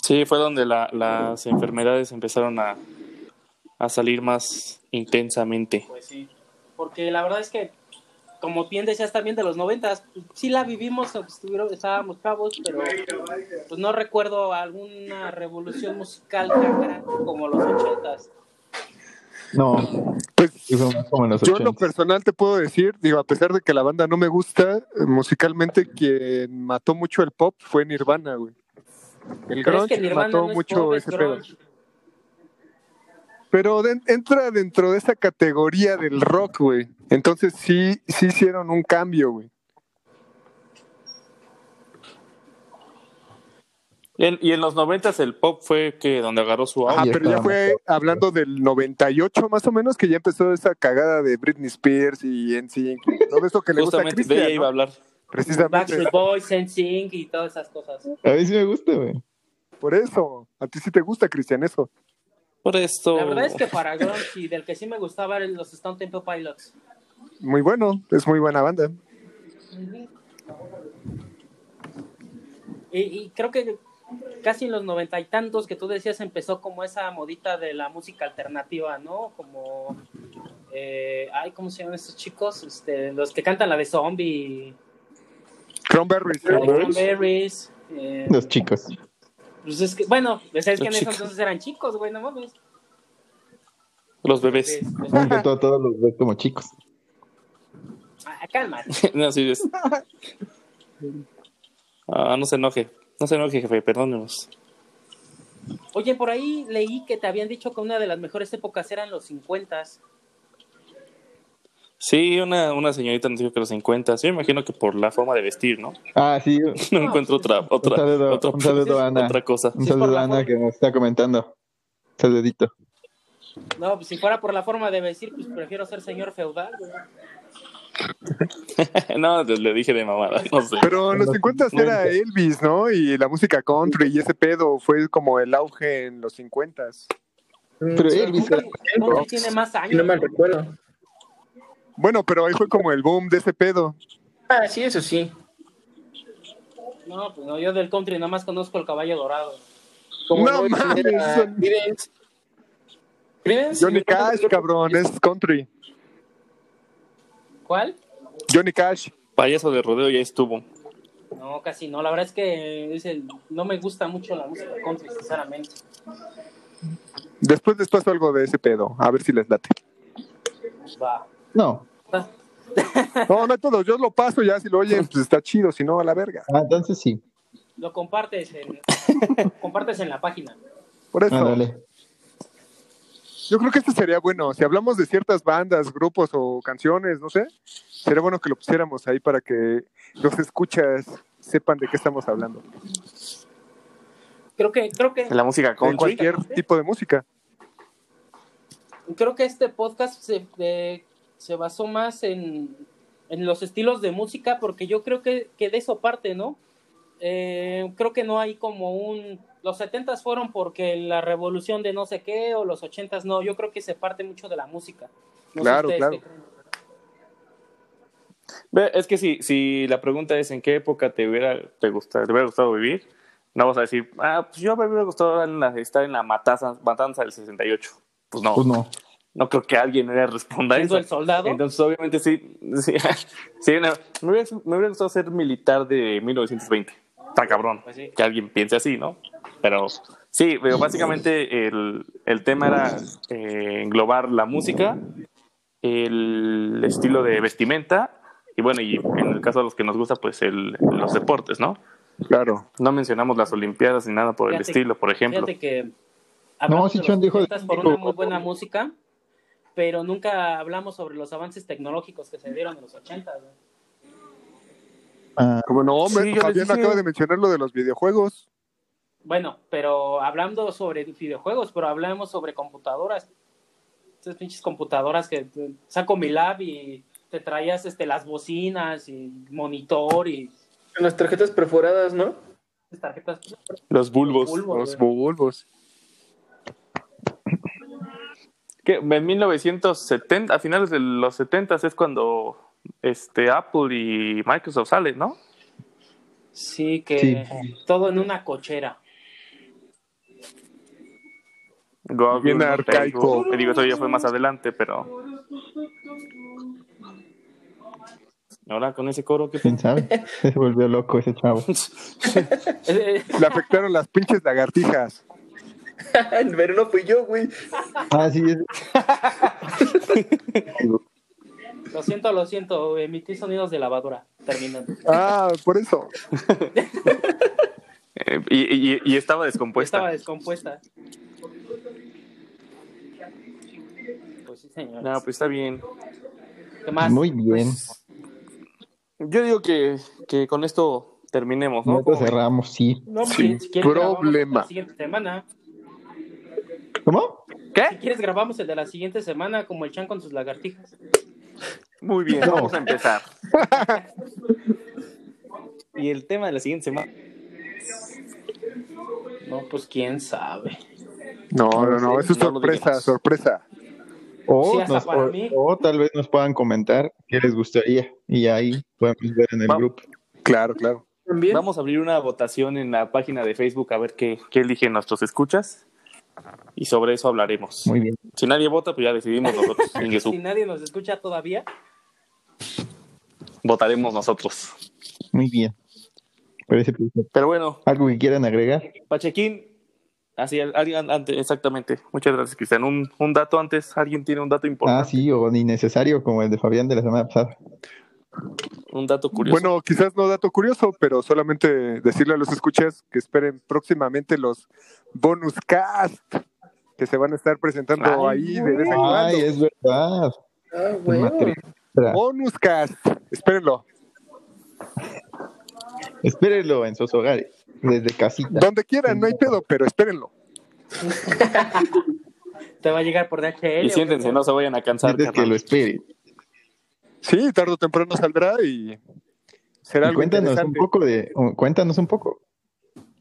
Sí, fue donde la- las enfermedades empezaron a, a salir más intensamente. Pues sí. Porque la verdad es que, como bien decías también de los noventas, pues, sí la vivimos, estuvieron, estábamos cabos, pero pues no recuerdo alguna revolución musical tan grande como los ochentas. No, Pues sí fue como en los yo en lo ochentas. personal te puedo decir, digo, a pesar de que la banda no me gusta, eh, musicalmente quien mató mucho el pop fue Nirvana, güey. El Pero es grunge que Nirvana mató no es mucho pop, es ese pedo. grunge. Pero den- entra dentro de esa categoría del rock, güey. Entonces sí, sí hicieron un cambio, güey. En- y en los noventas el pop fue que donde agarró su auge. Ajá, ya pero ya estábamos. fue hablando del 98 más o menos, que ya empezó esa cagada de Britney Spears y NSYNC, y todo eso que le gusta a Justamente de ella Cristian, iba a ¿no? hablar. Precisamente, Backstreet Boys, NSYNC y todas esas cosas. A mí sí me gusta, güey. por eso. A ti sí te gusta, Cristian, eso. Por esto. La verdad es que para grunge y del que sí me gustaba eran los Stone Temple Pilots. Muy bueno, es muy buena banda. Y, y creo que casi en los noventa y tantos que tú decías empezó como esa modita de la música alternativa, ¿no? Como, eh, ay, ¿cómo se llaman estos chicos? Este, los que cantan la de Zombie, Cranberries. la de Cranberries. Cranberries. eh, Los chicos. pues es que, bueno, pues es que en Los esos chicos. entonces eran chicos, güey, no mames. Los Pues, bebés. pues, Aunque todo- todos los ves como chicos. ah, calma. no, sí, es- Ah, no se enoje. No se enoje, jefe, perdónenos. Oye, por ahí leí que te habían dicho que una de las mejores épocas eran los 50. Sí, una, una señorita nos dijo que los 50. Yo imagino que por la forma de vestir, ¿no? Ah, sí. No encuentro otra, otra, un saludo, otra, un saludo, Ana. otra cosa. Un Sí, por saludo a la Ana foto. que nos está comentando. Saludito. No, pues si fuera por la forma de vestir, pues prefiero ser señor feudal. güey. no, le- le dije de mamada, no sé. Pero en los 50 era Elvis, ¿no? Y la música country y ese pedo fue como el auge en los 50. Pero Elvis, eh, Country- country tiene más Mm, Si no años. mal recuerdo. Bueno, pero ahí fue como el boom de ese pedo. Ah, sí, eso sí. No, pues no, yo del country nada más conozco el caballo dorado. Como No mames, era son- Creedence. Creedence, Johnny yo creo que Cash, lo- cabrón, es country. ¿Cuál? Johnny Cash. Payaso de rodeo ya estuvo. No, casi no. La verdad es que es el- no me gusta mucho la música country, sinceramente. Después les paso algo de ese pedo, a ver si les late. Va. no. No, no todos, yo lo paso ya, si lo oyen, pues está chido, si no, a la verga. Ah, entonces sí. Lo compartes en, compartes en la página. Por eso, Ándale. yo creo que esto sería bueno. Si hablamos de ciertas bandas, grupos o canciones, no sé, sería bueno que lo pusiéramos ahí para que los escuchas sepan de qué estamos hablando. Creo que, creo que La música Con country. cualquier tipo de música. creo que este podcast se, eh, se basó más en, en los estilos de música, porque yo creo que, que de eso parte, ¿no? Eh, creo que no hay como un... Los 70s fueron porque la revolución de no sé qué, o los 80s no, yo creo que se parte mucho de la música. No sé Claro, ustedes claro. qué creen. Ve, Es que si, si la pregunta es en qué época te hubiera, te gusta, te hubiera gustado vivir, no vas a decir, ah, pues yo me hubiera gustado en la- estar en la matanza, matanza del 68. Pues no, Pues no. no creo que alguien me responda Siendo eso. el soldado. Entonces, obviamente, sí. sí, sí, no, me, hubiera, me hubiera gustado ser militar de 1920. Está cabrón. Pues sí. Que alguien piense así, ¿no? Pero sí, pero básicamente el, el tema era eh, englobar la música, el estilo de vestimenta y, bueno, y en el caso de los que nos gusta, pues el, los deportes, ¿no? Claro. No mencionamos las Olimpiadas ni nada por el Fíjate- estilo, por ejemplo. Fíjate que No, hablamos sí, de Chon los dijo de- 70s por una muy buena música, pero nunca hablamos sobre los avances tecnológicos que se dieron en los 80s. ¿no? Ah, Como no, Sí, hombre, yo les Fabián dije- acaba de mencionar lo de los videojuegos. Bueno, pero hablando sobre videojuegos, pero hablamos sobre computadoras. Esas pinches computadoras que eh, saco mi lab y te traías este, las bocinas y monitor y Con las tarjetas perforadas, ¿no? esas tarjetas. Los bulbos. Bulbo, Los güey. bulbos. que en 1970, a finales de los 70 es cuando este Apple y Microsoft salen, ¿no? Sí, que Sí. todo en una cochera. Google, Bien Facebook, arcaico. Te digo, eso ya fue más adelante, pero. Ahora con ese coro que ¿Quién sabe? Se volvió loco ese chavo. Eh, Le afectaron las pinches lagartijas. Pero no fui yo, güey. Ah, sí. Es... lo siento, lo siento, emití sonidos de lavadora. Terminando. Ah, por eso. Eh, y, y- y estaba descompuesta. Estaba descompuesta. Pues sí, señor. No, pues está bien. ¿Qué más? Pues, Muy bien. Yo digo que, que con esto terminemos, ¿no? Nosotros cerramos, sí. No, pues, Sin si quieres, grabamos problema. La siguiente semana. ¿Cómo? Si ¿Qué? quieres, grabamos el de la siguiente semana, como el Chan con sus lagartijas. Muy bien, No. vamos a empezar. y el tema de la siguiente semana. No, pues quién sabe. No, no, no, eso es No lo sorpresa, digas. sorpresa. O, Sí, hasta nos- para o- mí. o tal vez nos puedan comentar qué les gustaría y ahí podemos ver en el Va- grupo. Claro, claro. También. Vamos a abrir una votación en la página de Facebook a ver qué, qué eligen nuestros escuchas. Y sobre eso hablaremos. Muy bien. Si nadie vota, pues ya decidimos nosotros. Chingue Si su- nadie nos escucha todavía, votaremos nosotros. Muy bien. Parece perfecto. Pero bueno, algo que quieran agregar. Pachequín. Así, alguien antes, exactamente. Muchas gracias, Cristian. Un, un dato antes. ¿Alguien tiene un dato Ah, importante? sí, o innecesario, como el de Fabián de la semana pasada. Un dato curioso. Bueno, quizás no dato curioso, pero solamente decirle a los escuchas que esperen próximamente los bonus cast que se van a estar presentando Ay, ahí de vez en Ay, cuando. es verdad. Ah, bueno. Bonus cast, espérenlo. Espérenlo en sus hogares, desde casita. Donde quieran, no hay pedo, pero espérenlo. Te va a llegar por DHL. y siéntense, no se vayan a cansar. Antes que carnal. lo esperen. Sí, tarde o temprano saldrá y será Y algo Cuéntanos un interesante. poco de, o- cuéntanos un poco.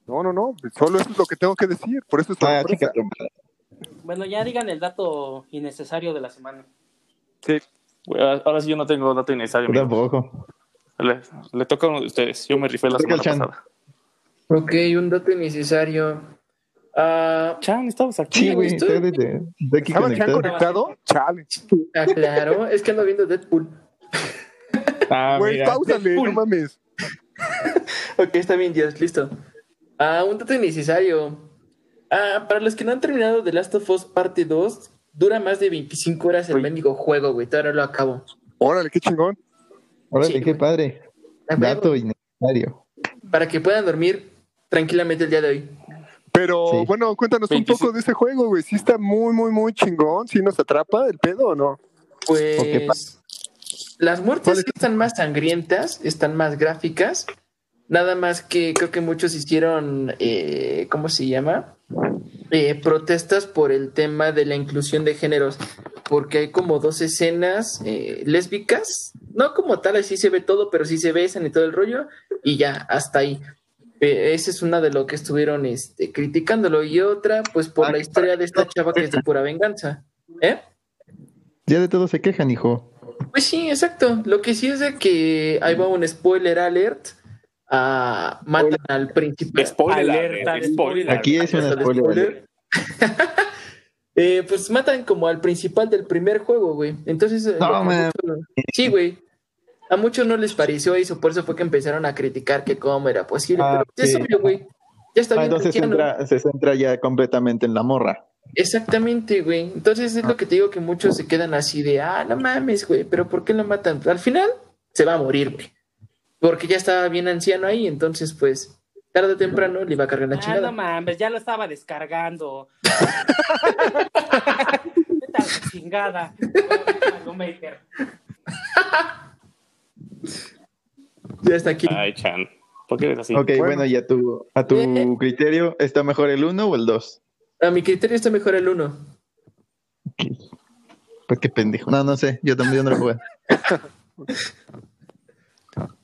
No, no, no, solo eso es lo que tengo que decir, por eso es Ah, chica, sorpresa. tu madre. Bueno, ya digan el dato innecesario de la semana. Sí, Güey, Ahora sí yo no tengo dato innecesario. Yo amigo. tampoco. Le, le toca a ustedes. Yo me rifé la Toca semana el Chan. pasada. Ok, un dato innecesario. Ah, Chan, estabas aquí. Sí, güey, estoy- estoy desde, de aquí ¿Estaban ya conectado. conectado? Chale. ah, claro, es que ando viendo Deadpool. Ah, Güey, mira. páusale, no mames. Ok, está bien, Dios, listo. Ah, un dato innecesario. Ah, para los que no han terminado The Last of Us Parte 2, dura más de 25 horas el Uy. mendigo juego, güey. Todavía no lo acabo. Órale, qué chingón. Órale, Sí, qué güey. padre. A huevo, Dato innecesario. Para que puedan dormir tranquilamente el día de hoy. Pero Sí. bueno, cuéntanos un 26. poco de ese juego, güey. Sí está muy, muy, muy chingón. Sí nos atrapa el pedo o no. Ok, pa- Pues las ¿Cuál muertes es? sí están más sangrientas, están más gráficas. Nada más que creo que muchos hicieron, eh, ¿cómo se llama? Eh, protestas por el tema de la inclusión de géneros, porque hay como dos escenas eh, lésbicas, no como tal, así se ve todo, pero sí se besan y todo el rollo, y ya, hasta ahí. Eh, esa es una de lo que estuvieron este, criticándolo, y otra, pues por la historia de esta chava que es de pura venganza. ¿Eh? Ya de todo se quejan, hijo. Pues sí, exacto. Lo que sí es de que ahí va un spoiler alert. ah, matan al príncipe. Spoiler. Alerta alert, de spoiler. Aquí es un spoiler. Ah, Eh, pues matan como al principal del primer juego, güey. Entonces, eh, No, lo que a man. muchos- sí, güey. A muchos no les pareció eso, por eso fue que empezaron a criticar que cómo era posible. Ah, pero ya es sí. obvio, güey. Ya está Ah, bien. entonces se cristiano. centra, se centra ya completamente en la morra. Exactamente, güey. Entonces es lo que te digo que muchos se quedan así de, ah, no mames, güey, pero ¿por qué lo matan? Al final se va a morir, güey. Porque ya estaba bien anciano ahí, entonces pues tarde o temprano le iba a cargar la Ah, no chingada. mames, ya lo estaba descargando. Vete a la chingada. No, maker. ya está aquí. Ay, Chan. ¿Por qué eres así? Ok, bueno, Bueno. y a tu, a tu Eh. criterio, ¿está mejor el 1 o el 2? A mi criterio está mejor el uno. Pues qué pendejo. No, no sé, yo también no lo jugué.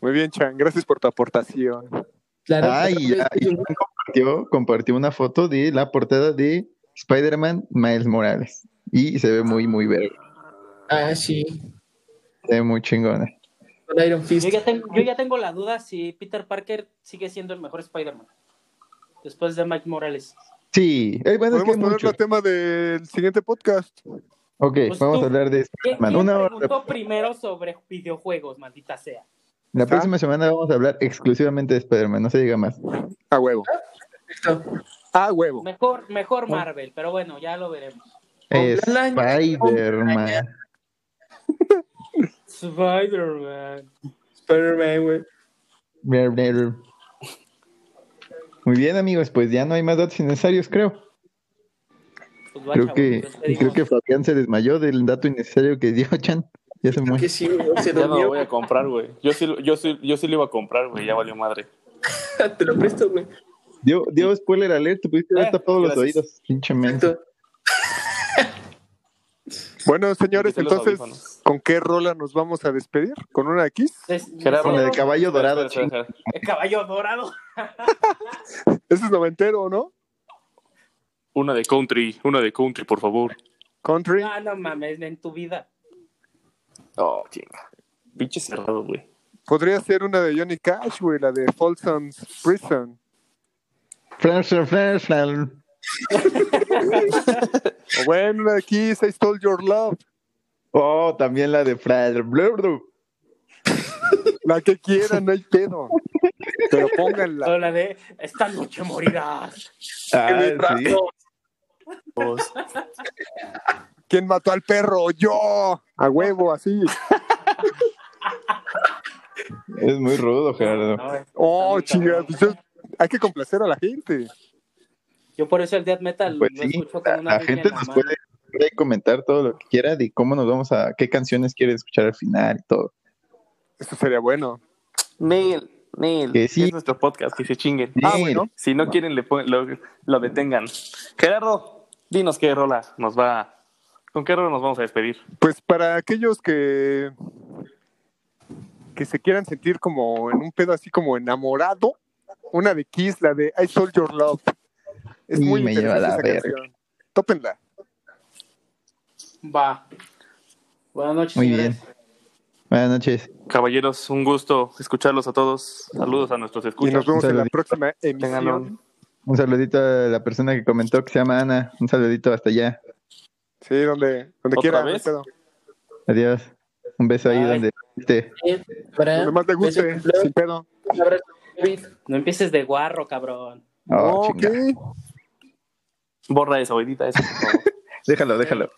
Muy bien, Chan. Gracias por tu aportación. Claro. Ay, y, claro, y es- Juan compartió, compartió una foto de la portada de Spider-Man Miles Morales. Y se ve muy, muy verde. Ah, sí. Se ve muy chingona. Con Iron Fist. Yo ya, tengo, yo ya tengo la duda si Peter Parker sigue siendo el mejor Spider-Man. Después de Mike Morales. Sí, eh, bueno, es que hay Podemos ponerlo mucho. a tema del siguiente podcast. Ok, Pues vamos tú. a hablar de ¿Quién, Spider-Man. quién Una hora- preguntó primero sobre videojuegos, maldita sea? Ah. La próxima semana vamos a hablar exclusivamente de Spider-Man, no se diga más. A huevo. Perfecto. A huevo. Mejor, mejor Marvel, pero bueno, ya lo veremos. Ojalá. Spider-Man. Spider-Man. Spider-Man, güey. Ver, ver. Muy bien, amigos, pues ya no hay más datos innecesarios, creo. Pues va, Creo chavos, que, nos despedimos. creo que Fabián se desmayó del dato innecesario que dio Chan. Ya se Que muere. sí, güey, se Ya no lo durmió. voy a comprar, güey. Yo sí, yo, sí, yo sí lo iba a comprar, güey. Ya valió madre. Te lo presto, güey. Dio, dio spoiler alert, te pudiste haber Eh, tapado los gracias. oídos. Pinche menso. Exacto. Bueno, señores, Quité los entonces, audífonos. ¿con qué rola nos vamos a despedir? ¿Con una de Kiss? Des- Gerardo. Con la de caballo Espera, dorado, espera, espera, espera. El caballo dorado. Ese es noventero, ¿no? Una de country, una de country, por favor. Country. Ah, No, no mames, en tu vida. Oh, chinga. Pinche cerrado, güey. Podría ser una de Johnny Cash, güey, la de Folsom's Prison. Flash, flash, flash. O bueno, una de Kiss, I Stole Your Love. Oh, también la de Flash. Blur, blur. La que quieran, no hay pedo. Pero pónganla. O la de esta noche morirás. Ah, sí. Pues, Dos. ¿Quién mató al perro? ¡Yo! A huevo, así. Es muy rudo, Gerardo. No, eh, está Oh, muy chinga, cabrón. pues yo- hay que complacer a la gente. Yo por eso el death metal Pues lo sí, escucho la, con una la Biblia gente en la nos mano. puede, puede comentar todo lo que quiera de cómo nos vamos a, qué canciones quiere escuchar al final y todo. Eso sería bueno. Neil, Neil, Que sí. es nuestro podcast, que se chinguen. Ah, bueno. Si no quieren, le pon- lo, lo detengan. Gerardo, dinos qué rola nos va. ¿Con qué rola nos vamos a despedir? Pues para aquellos que que se quieran sentir como en un pedo así como enamorado, una de Kiss, la de I Sold Your Love. Es Y muy me lleva interesante la esa verga. canción. Tópenla. Va. Buenas noches. Muy señores. bien. Buenas noches. Caballeros, un gusto escucharlos a todos. Saludos a nuestros Y nos escuchas. vemos en la Saludito. próxima Tengan emisión. un- Un saludito a la persona que comentó que se llama Ana. Un saludito hasta allá. Sí, donde, donde ¿Otra quiera. vez? no hay pedo. Adiós. Un beso ahí Bye. donde esté. Para Donde más le guste, besos, flor, sin ¿Eh? pedo. un abrazo, David. No empieces de guarro, cabrón. Oh, Ok. chinga. Borra eso, edita eso. por favor. Déjalo, déjalo.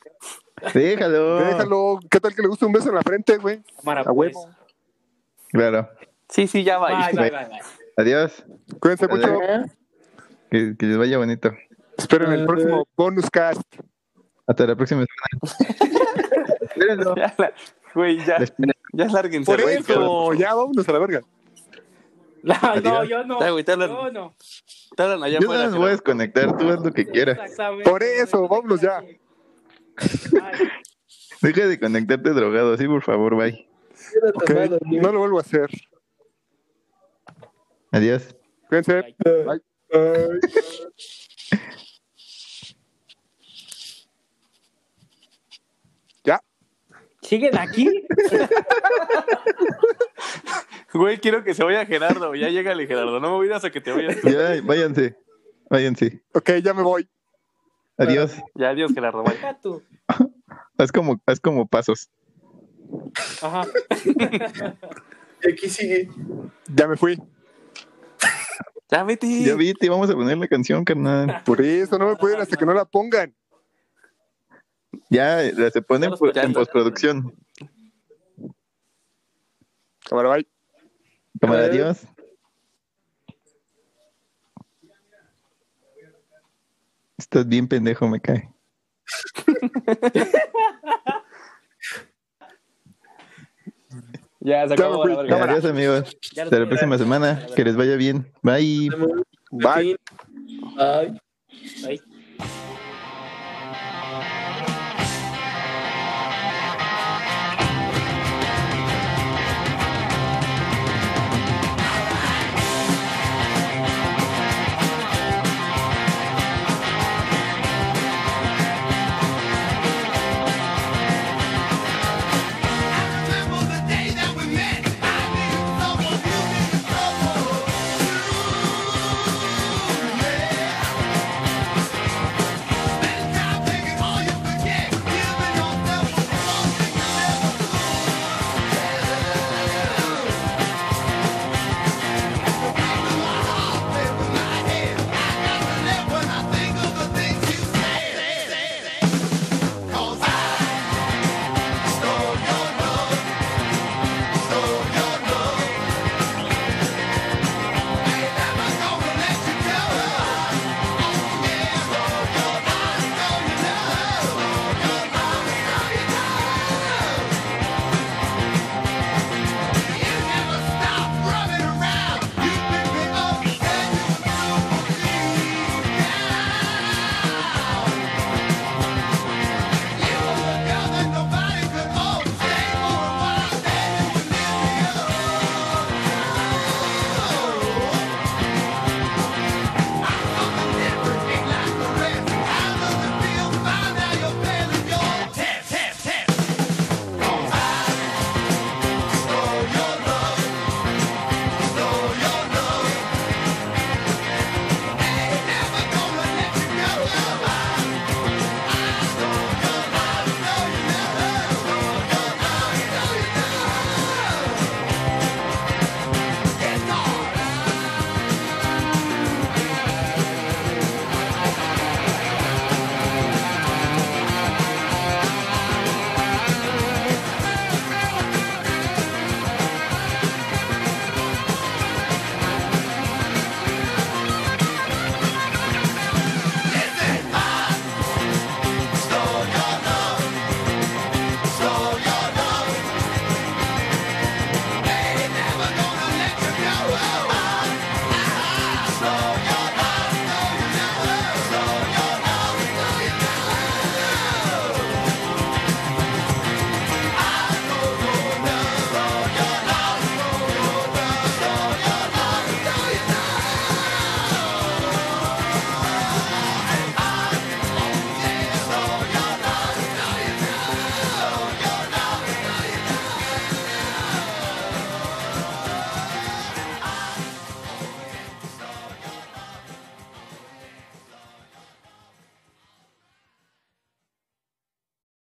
Déjalo. Déjalo. ¿Qué tal que le guste un beso en la frente, güey? Cámara, A pues. huevo. Claro. sí, sí, ya va. Bye, bye, bye, bye. Adiós. Cuídense mucho. Ajá. Que, que les vaya bonito. Esperen el próximo bonus cast. Hasta la próxima semana. Espérenlo. Ya la- Güey, ya, Espérenlo. ya lárguense, Por güey. eso, ya vámonos a la verga. No, no, Adiós. yo no. Ya, güey, te hablan, Yo no. te hablan allá Yo no afuera, las voy a Gerardo. desconectar. Tú haz lo que quieras. Exactamente. Por eso, vámonos ya. Bye. Deja de conectarte drogado, sí, por favor, bye. Queda Ok, tomado, David. No lo vuelvo a hacer. Adiós. Cuídense. ¿Siguen aquí? Güey, quiero que se vaya Gerardo. Ya llégale, Gerardo. No me voy a ir hasta que te vayas. tú. Ya, váyanse. Váyanse. Ok, ya me voy. Adiós. Ya, adiós, Gerardo. Bye. Deja tú. Haz como, haz como pasos. Ajá. Y aquí sigue. Ya me fui. Ya, vete. Ya vi, te vamos a poner la canción, carnal. Por eso no me pueden hasta que no la pongan. Ya, la se pone en, po- en postproducción. Cámara, bye. Cámara, adiós. Estás bien pendejo, me cae. Ya, se Ya me acabó. fui. la verga. Cámara. Adiós, amigos. Ya lo Hasta la tengo. próxima semana. Que les vaya bien. Bye. Bye. Bye. Bye.